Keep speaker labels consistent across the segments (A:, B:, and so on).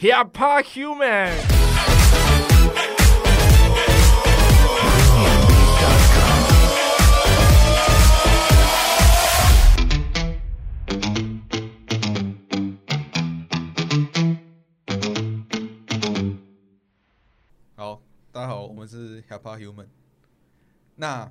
A: p a p a Human。
B: 好，大家好，我们是 Help Human。那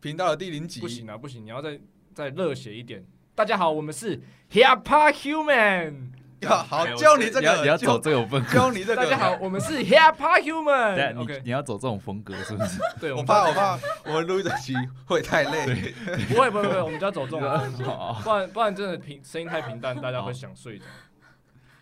B: 频道的第零集，
A: 不行啊，不行，你要再再热血一点。大家好，我们是 p a p a Human。
B: 要 好
C: 哎我
B: 教你这
C: 你要
B: 个，
C: 你要
B: 就
C: 走这种风格，
B: 教你这个。
A: 大家好，，我们是 p a p a
C: 等下
A: Human。
C: 你
A: OK，
C: 你要走这种风格是不 是？
A: 对，
B: 我
A: 们
B: 怕我怕我们录这集会太累。
A: 不会不会不会，我们就要走这种，
C: 哦
A: 不然不然真的平声音太平淡，大家会想睡着。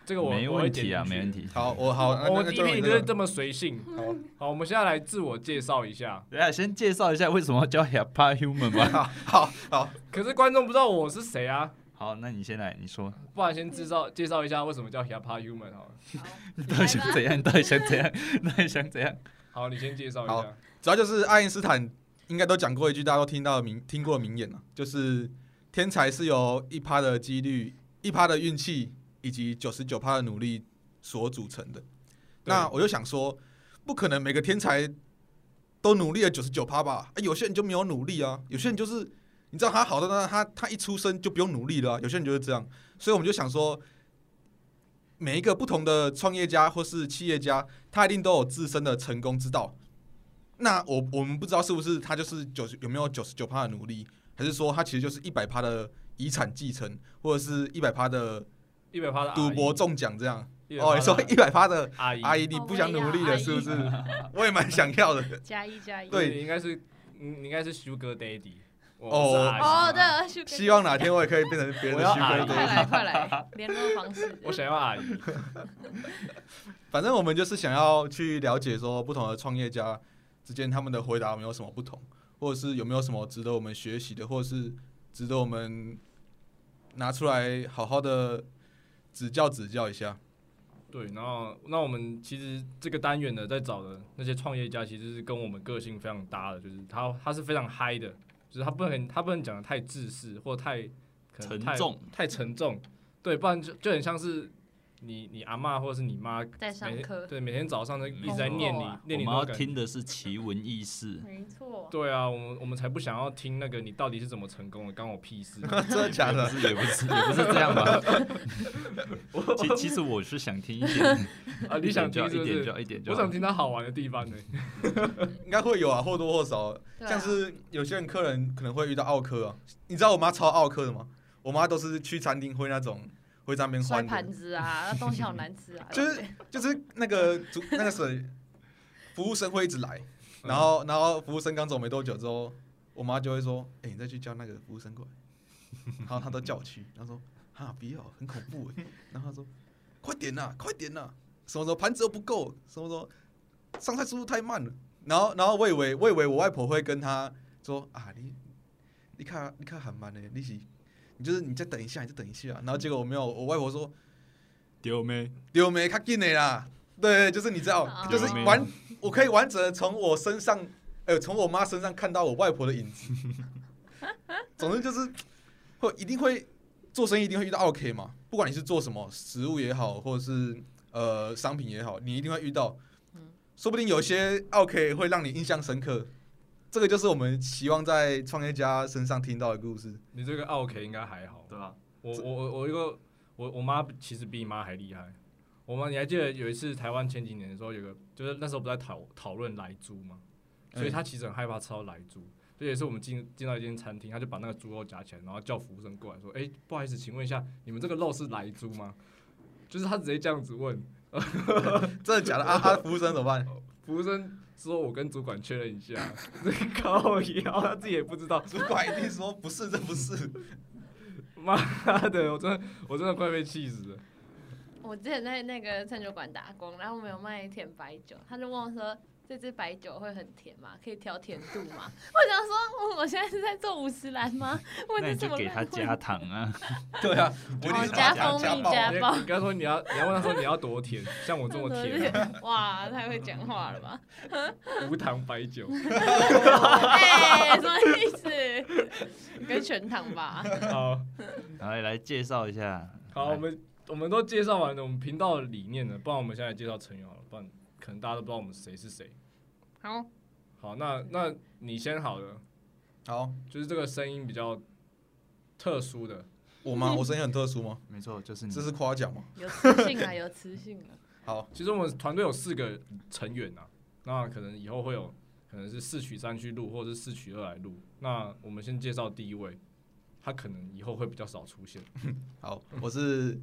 A: 这个我
C: 没
A: 我会
C: 问
A: 剪
C: 题啊，
A: 进去
C: 没问。题。
B: 好，我好，那
A: 我
B: 那
A: 第一
B: 就
A: 批
B: 你
A: 就是
B: 这个
A: 这么随性。
B: 好
A: 好，我们现在来自我介绍一下。
C: 等下先介绍一下为什么要叫 Yapa Human 吧。
B: 好好好，
A: 可是观众不知道我是谁啊，
C: 好，那你先来，你说
A: 不然先介绍介绍一下为什么叫 h i p a Human 好了。
C: 你到底想怎样？你到底想怎样？你到底想怎样？
A: 好，你先介绍一
B: 好
A: 下。
B: 主要就是爱因斯坦应该都讲过一句大家都听到的名听过的名言啊，就是天才是由一趴的几率、一趴的运气以及九十九趴的努力所组成的。那我就想说，不可能每个天才都努力了九十九趴吧、啊有些人就没有努力啊，有些人就是你知道他好的那他他一出生就不用努力了啊、有些人就是这样，所以我们就想说。每一个不同的创业家或是企业家，他一定都有自身的成功之道。那我我们不知道是不是他就是九十有没有九十九趴的努力，还是说他其实就是一百趴的遗产继承，或者是一百趴的
A: 一百趴的阿姨
B: 赌博，中奖这样？
A: 100%
B: 哦，你说一百趴的
A: 阿姨
B: 阿姨，你
D: 哦
B: 不想努力
D: 我也要
B: 了
D: 阿姨
B: 是不是？我也蛮想要 的。
D: 加一加一。
B: 对
A: 你应该是你你应该是 Sugar Daddy。我
B: 哦
A: 是阿姨
D: 哦，对，二十五 个
B: 希望哪天我也可以变成别人
A: 我
B: 的
A: 要
B: s
A: 阿
B: u
A: 姨
B: g
D: 快来快来，联络方式。
A: 我想要阿姨。
B: 反正我们就是想要去了解说不同的创业家之间他们的回答有没有什么不同，或者是有没有什么值得我们学习的，或者是值得我们拿出来好好的指教指教一 下。
A: 对，然后那我们其实这个单元呢，在找的那些创业家，其实是跟我们个性非常搭的，就是他他是非常嗨的，就是他不能他不能讲的太自私或太可能
C: 沉
A: 太
C: 重
A: 太沉重，对，不然就就很像是你你阿嬷或者是你妈
D: 在上
A: 每天
D: 课
A: 对每天早上都一直在
D: 工
A: 念
D: 作
A: 你
D: 啊
C: 我
A: 念
C: 们
A: 你那
C: 要
A: 种感觉。
C: 听的是奇闻 异事。
D: 没错，
A: 对啊，我们我们才不想要听那个你到底是怎么成功的，关我屁 事。
B: 真的假的？
C: 也不是，也不是这 样吧。其其实我是想听一点，
A: 啊，你想
C: 一点
A: 听是
C: 就
A: 不
C: 一点
A: 是？
C: 就一点就
A: 我
C: 好。
A: 想听他好玩的地方呢、欸
B: 应该会有啊，或多或少。
D: 对啊
B: 像是有些人客人可能会遇到奥客啊，你知道我妈超奥客的吗？我妈都是去餐厅会那种会在那边
D: 摔
B: 欢的
D: 盘，子啊，那东西好难吃啊。
B: 就是就是那个主那个谁，服务生会一直来，然后然后服务生刚走没多久之后，我妈就会说：“哎、你再去叫那个服务生过来。”然后她都叫我去，然后说：“哈，不要，很恐怖哎。”然后她说：“快点呐、快点呐、什么时候盘子又不够，什么时候上菜速度太慢了。”然后然后我以为我以为我外婆会跟她说：“啊，你你看你看很慢呢，你是你就是你再等一下，你再等一下。”然后结果我没有，我外婆说。
C: 丢妹，
B: 丢没较紧的啦。对，就是你知道
D: 啊，
B: 就是完，我可以完整的从我身上，呃，从我妈身上看到我外婆的影子。 总之就是会一定会做生意，一定会遇到 OK 嘛，不管你是做什么，食物也好，或者是呃商品也好，你一定会遇到。说不定有些 OK 会让你印象深刻，这个就是我们希望在创业家身上听到的故事。
A: 你这个 OK 应该还好。
C: 对吧？
A: 我我我我一个我我妈其实比你妈还厉害。我妈你还记得有一次台湾前几年的时候，有个就是那时候不是在讨讨论来猪吗？所以她其实很害怕吃到来猪。所以也是我们进进到一间餐厅，她就把那个猪肉夹起来，然后叫服务生过来说：“哎、不好意思，请问一下，你们这个肉是来猪吗？”就是她直接这样子问
B: 真的假的？啊啊，服务生怎么办？
A: 服务生，说：“我跟主管确认一下。” 这个高腰，她自己也不知道。
B: 主管一定说不是，这不是。
A: 妈的，我真的我真的快被气死了。
D: 我之前在那个餐酒馆打工，然后我们有卖甜白酒，他就问我说。这支白酒会很甜吗？可以调甜度吗？ 我想说，我现在是在做五十兰吗？问
C: 那
D: 这
C: 你
D: 什
C: 就
D: 么
C: 给他
D: 烂问
C: 加糖啊，
B: 对啊，我一定
D: 哦
B: 是
D: 加
B: 加
D: 蜂 蜜
B: 爆啊
D: 加
A: 你
D: 爆
A: 你刚说你要，你要问他说你要多甜，像我这 么甜、啊，
D: 题？哇，太会讲话了吧？
A: 无糖白酒，
D: 哎、什么意思？跟全糖吧？
A: 好，
C: 然后来介绍一下。
A: 好，我们我们都介绍完了我们频道的理念了，不然我们现在介绍成员好了，不然可能大家都不知道我们谁是谁。
D: 好，
A: 好，那那你先好了，
B: 好，
A: 就是这个声音比较特殊的，
B: 我吗？我声音很特殊吗？
C: 没错，就是你。
B: 这是夸奖吗？
D: 有磁性 啊，有磁性啊。
B: 好，
A: 其实我们团队有四个成员啊，那可能以后会有可能是四取三去录，或者是四取二来录。那我们先介绍第一位，他可能以后会比较少出现。
B: 好，我是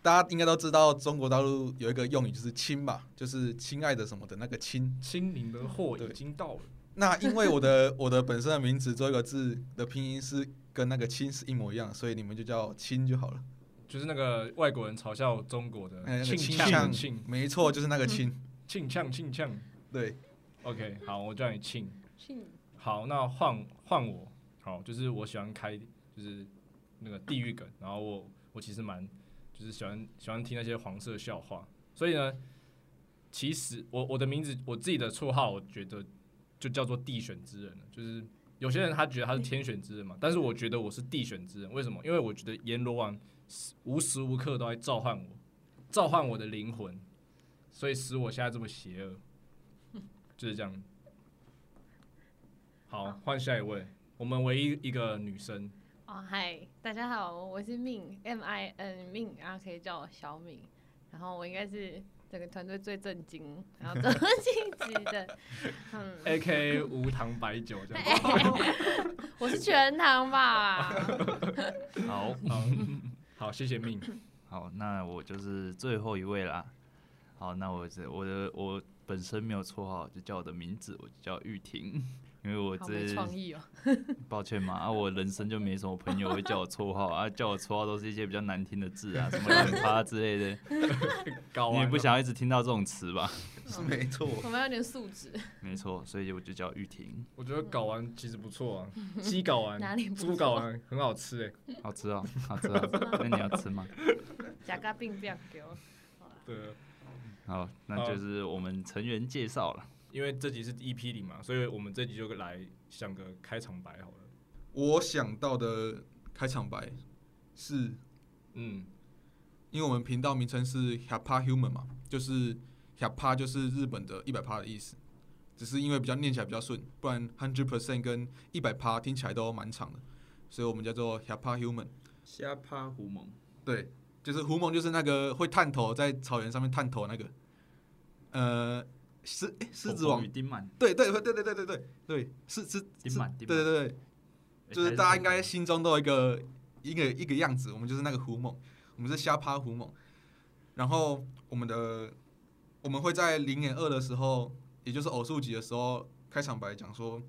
B: 大家应该都知道，中国大陆有一个用语就是“亲”吧，就是亲爱的什么的那个“亲”。
A: 清零的货
B: 对
A: 已经到了，
B: 那因为我的我的本身的名字最后一个字的拼音是跟那个“亲”是一模一样，所以你们就叫“亲”就好了。
A: 就是那个外国人嘲笑中国的
B: 哎那个
A: 庆
B: 亲
A: 呛
B: 像
A: 庆
B: 没错，就是那个“亲
A: 庆呛庆呛。”。
B: 对，
A: OK，好，我叫你庆。
D: 性
A: 好，那换换我，好，就是我喜欢开就是那个地狱梗，然后我我其实蛮就是喜欢喜欢听那些黄色笑话，所以呢，其实我我的名字我自己的绰号，我觉得就叫做地选之人了，就是有些人他觉得他是天选之人嘛，但是我觉得我是地选之人，为什么？因为我觉得阎罗王时无时无刻都在召唤我，召唤我的灵魂，所以使我现在这么邪恶，就是这样。好，换下一位，我们唯一一个女生，
D: 哦，嗨，大家好，我是命 M I N 命，然后可以叫我小敏。然后我应该是整个团队最震惊，然后最 晋级的。嗯，
A: A K 无糖白酒这样。
D: 哎我是全糖吧？
C: 好
A: 好，好，谢谢命。
C: 好，那我就是最后一位啦。好，那我这我的我本身没有绰号，就叫我的名字，我就叫玉婷，因为我
D: 好没
C: 这
D: 创意哦。
C: 抱歉嘛，啊，我人生就没什么朋友会叫我绰号啊，叫我绰号都是一些比较难听的字啊，什么懒趴之类的，
A: 搞
C: 你也
A: 完
C: 不
A: 了
C: 想要一直听到这种词吧？
B: 是没错。
D: 我们要有点素质，
C: 没错，所以我就叫玉婷，
A: 我觉得搞完其实不错啊，鸡搞完，
D: 哪里不
A: 猪搞完很好吃哎、
C: 好吃哦，好吃哦，那你要吃吗？
D: 假嘎病病给我。
A: 对，
C: 好，那就是我们成员介绍了。
A: 因为这集是 EP 零嘛，所以我们这集就来想个开场白好了。
B: 我想到的开场白是
A: 嗯，
B: 因为我们频道名称是 Hapa Human 嘛，就是 Hapa 就是日本的一百趴的意思，只是因为比较念起来比较顺，不然 hundred percent 跟一百趴听起来都蛮长的，所以我们叫做 Hapa Human。
C: 虾趴胡蒙，
B: 对，就是胡蒙，就是那个会探头在草原上面探头那个，呃，狮诶狮子王，
C: 丁满，
B: 对对对对对对对对，是是
C: 丁
B: 是
C: 满丁满
B: 对对对对，就是大家应
C: 哎
B: 该心中都有一个一个一个样子，我们就是那个胡猛，我们是瞎趴胡猛。然后我们的我们会在零点二的时候，也就是偶数集的时候，开场白讲说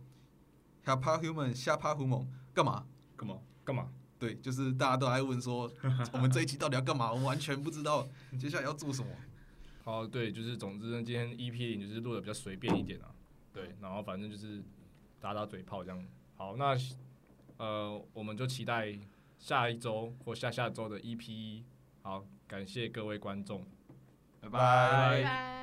B: 瞎趴 human 瞎趴胡猛干嘛？
A: 干嘛干嘛？
B: 对，就是大家都来问说我们这一集到底要干嘛，我们完全不知道接下来要做什么。
A: 好，对，就是总之呢，今天 EP 零就是录的比较随便一点啊，对，然后反正就是打打嘴炮这样。好，那呃，我们就期待下一周 E 或下下周的 EP 一。好，感谢各位观众。
B: 拜
C: 拜
D: 拜
A: 拜
D: 拜。